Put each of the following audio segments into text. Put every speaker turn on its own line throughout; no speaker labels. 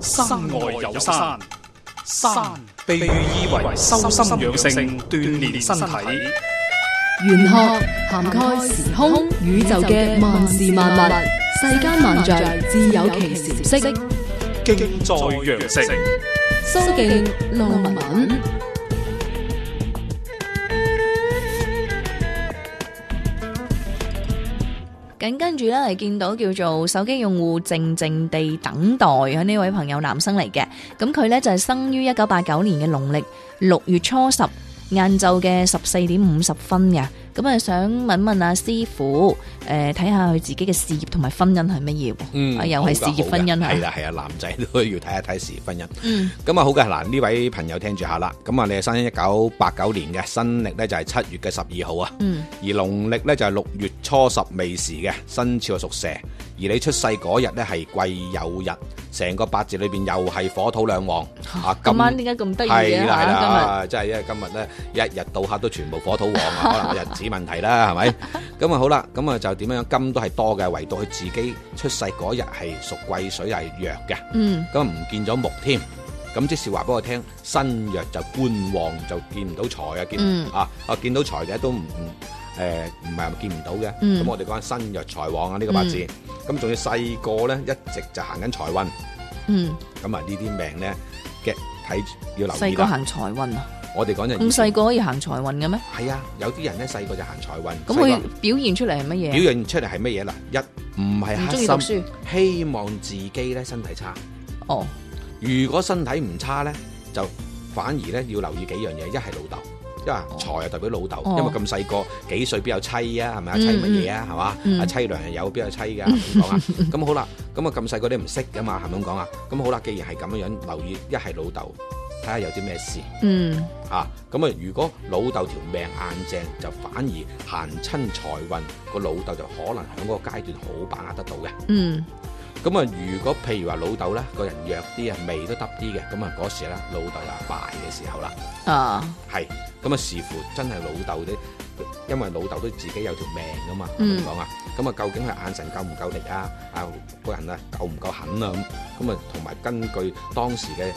山外有山，山被寓意為修心養性、鍛鍊身體。
玄學涵蓋時空宇宙嘅萬事萬物，世間萬象自有其禪色。
敬在羊城，
蘇敬路文。
緊跟住咧，係見到叫做手機用戶靜靜地等待，喺呢位朋友男生嚟嘅，咁佢呢就係生於一九八九年嘅農曆六月初十晏晝嘅十四點五十分嘅，咁啊想問問阿師傅，誒睇下佢自己嘅事業同埋婚姻係乜嘢喎？
嗯
啊又係事業婚姻嗯
係
係，
啦係啊，男仔都要睇一睇事業婚姻。
嗯
咁啊好嘅，嗱呢位朋友聽住下啦。咁啊，你係生一九八九年嘅，新歷咧就係七月嘅十二號啊，
嗯
而農曆咧就係六月初十未時嘅，生肖係屬蛇。而你出世嗰日咧係癸酉日，成個八字裏邊又係火土兩旺啊。
今晚點解咁得意嘅啊
係啦係
嚇？
啦，即係因為今日咧一日到黑都全部火土旺 啊，可能個日子問題啦，係咪？咁啊好啦，咁啊就點樣金都係多嘅，唯獨佢自己出世嗰日係屬癸水係弱嘅，
今日嗯
咁唔見咗木添。咁即是話俾我聽，身弱就官旺就見唔到財啊，見、
嗯
啊啊見到財嘅都唔唔誒唔係見唔到嘅。咁、
嗯
我哋講身弱財旺啊呢、個八字。咁仲、要細個咧一直就行緊財運，
嗯，
咁啊呢啲命咧嘅睇要留
細
意
個
啦。
行財運啊，
我哋講就以
咁
前
細個可以行財運嘅咩？
係啊，有啲人咧細個就行財運，
咁
細
佢
個
表現出嚟係乜嘢
表
啊？
現出嚟係乜嘢啦？一唔
唔中
係
意讀
黑心，
書，
希望自己咧身體差。
哦，
如果身體唔差咧，就反而咧要留意幾樣嘢，一係老豆。因為財係代表老豆，
哦
因為咁細個幾歲邊有妻啊？係咪啊？
嗯
妻乜嘢啊？係嘛？
嗯
啊妻娘有邊有妻㗎？咁 講啊，咁好啦，咁啊咁細個你唔識㗎嘛？係咪咁講啊？咁好啦，既然係咁樣樣，留意一係老豆，睇下有啲咩事。
嗯
啊，咁啊，如果老豆條命硬正，就反而行親財運，個老豆就可能喺嗰個階段好把握得到嘅。
嗯。
咁啊，如果譬如話老豆咧個人弱啲啊，味都耷啲嘅，咁啊嗰時咧老豆就敗嘅時候啦，
啊，
係咁啊視乎真係老豆啲，因為老豆都自己有條命噶嘛，
嗯
咁講啊，咁啊究竟佢眼神夠唔夠力啊？啊個人啊夠唔夠狠啊？咁咁啊同埋根據當時嘅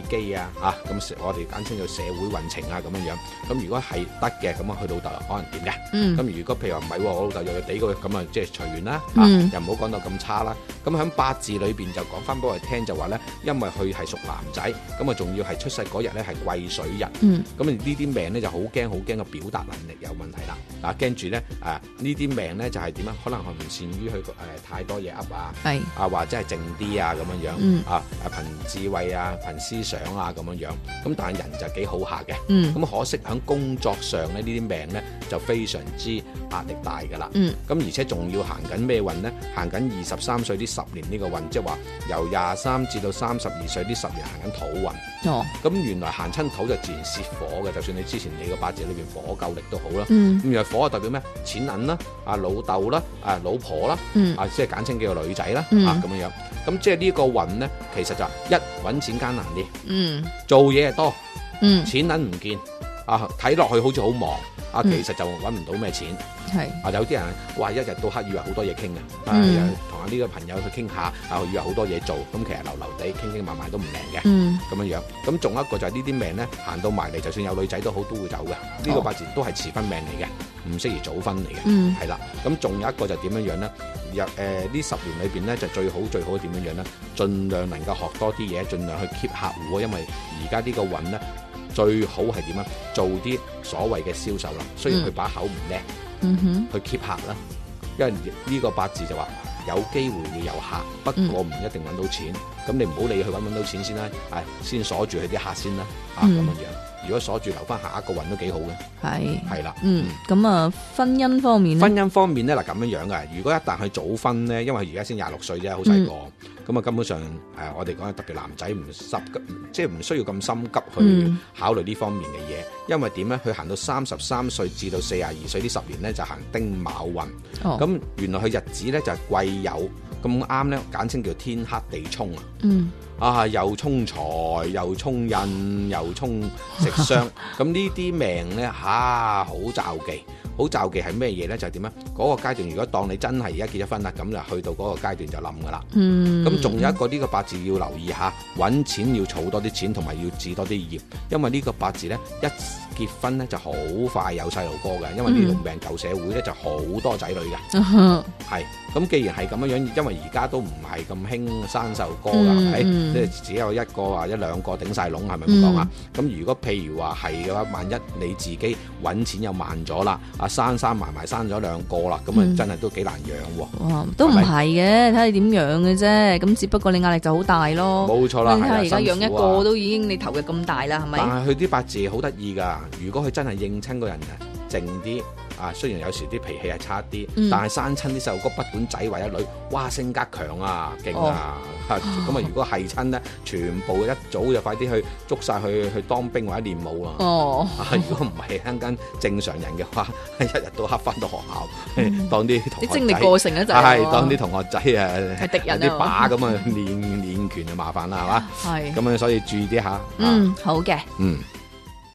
誒契機啊，啊咁我哋簡稱叫社會運程啊咁樣樣，咁如果係得嘅，咁啊佢老豆又可能點嘅？
嗯
咁如果譬如話唔係喎，我老豆又要俾佢咁啊，即係隨緣啦，
嗯
啊，又唔好講到咁差啦。咁喺八字裏邊就講翻俾我哋聽，就話咧，因為佢係屬男仔，咁啊仲要係出世嗰日咧係癸水日，
嗯
咁呢啲命咧就好驚，好驚個表達能力有問題啦。嗱、驚住咧啊，呢啲命咧就係點啊？可能佢唔善於去誒、呃太多嘢噏啊。
係
啊，或者係靜啲啊，咁樣樣、
嗯
啊，啊憑智慧啊，憑思想啊，咁樣樣。咁但係人就幾好下嘅，
嗯
咁可惜喺工作上咧，呢啲命咧就非常之壓力大㗎啦。
嗯
咁而且仲要行緊咩運呢？行緊二十三歲呢十年呢個運，即係話由廿三至到三十二歲呢十年行緊土運。
哦
咁原來行親土就自然泄火嘅，就算你之前你個八字裏邊火夠力都好啦。
嗯
咁原來火啊係代表咩？錢銀啦，啊老豆啦，啊老婆啦，
嗯
啊即係簡稱叫做女仔啦，
嗯
啊咁樣樣。咁即係呢個運呢，其實就係一揾錢艱難啲，
嗯
做嘢多。
嗯
錢銀唔見啊，睇落去好似好忙啊，
嗯
其實就揾唔到咩錢
係
啊。有啲人話一日到黑以為好多嘢傾啊，啊
嗯
又同啊呢個朋友去傾下啊，以為好多嘢做，咁其實流流地傾傾埋埋都唔靚嘅。
嗯
咁樣樣，咁仲有一個就係呢啲命呢，行到埋嚟，就算有女仔都好，都會走嘅。呢、
哦
個八字都係遲婚命嚟嘅，唔適宜早婚嚟嘅。
嗯
係啦，咁仲有一個就點樣樣呢？入誒呢十年裏邊呢，就最好最好點樣樣呢？盡量能夠學多啲嘢，盡量去 keep 客戶啊，因為而家呢個運呢，最好係點啊？做啲所謂嘅銷售啦，雖然佢把口唔叻，
嗯哼
去 keep 客啦，因為呢個八字就話。有機會會有客，
嗯
不過唔一定揾到錢。咁、你唔好理佢揾唔揾到錢先啦，啊，先鎖住佢啲客先啦，啊咁
嗯
樣樣。如果鎖住留翻下一個運都幾好嘅，
係
係啦，
嗯咁啊，婚姻方面咧
婚，姻方面咧，嗱咁樣樣嘅，如果一旦佢早婚咧，因為佢而家先廿六歲啫，好細
嗯
個，咁啊根本上誒、呃我哋講特別男仔唔心急，即係唔需要咁心急去
嗯
考慮呢方面嘅嘢，因為點咧？佢行到三十三歲至到四廿二歲呢十年咧，就行丁卯運，
哦
咁、原來佢日子咧就係癸酉，咁啱咧，簡稱叫天黑地沖啊！
嗯
啊，又衝財，又衝 啊印，又衝食傷，咁呢啲命呢，嚇好罩忌，好罩忌係咩嘢呢？就係點咧？嗰、個階段，如果當你真係而家結咗婚啦，咁就去到嗰個階段就冧㗎啦。
嗯，
咁仲有一個呢個八字要留意下，揾錢要儲多啲錢，同埋要置多啲業，因為呢個八字呢，一結婚呢就好快有細路哥嘅，因為呢
嗯
度命舊社會呢就好多仔女嘅。
Ờ,
係，咁既然係咁樣樣，因為而家都唔係咁興生細路哥㗎，係咪？
嗯嗯
即係只有一個或者兩個頂晒籠，係咪咁講啊？
嗯
咁、如果譬如話係嘅話，萬一你自己揾錢又慢咗啦，啊生生埋埋生咗兩個啦，咁啊
嗯
真係都幾難養喎。
哇，都唔係嘅，睇下你點養嘅啫。咁只不過你壓力就好大咯。
冇錯啦，
哦你睇
係
下
啊
而家
辛
養
苦
一
啊
個都已經你投入咁大啦，係
但
咪？
係佢啲八字好得意㗎，如果佢真係認親個人啊，靜啲啊，雖然有時啲脾氣係差啲，
嗯
但係生親啲細路哥，不管仔或者女，哇性格強啊，勁啊！
哦
嚇 咁啊！如果係親呢，全部一早就快啲去捉晒去去當兵或者練武啦。
哦，
啊！如果唔係間間正常人嘅話， 一日到黑翻到學校， 當啲同
你
學
嗯精力
仔
過剩咧就
係
喎
當啲同學仔啊，
係敵人啊
有啲把咁啊練練拳就麻煩啦，係嘛？
係 Ừ,
咁樣所以注意啲下。啊
嗯好嘅。
嗯。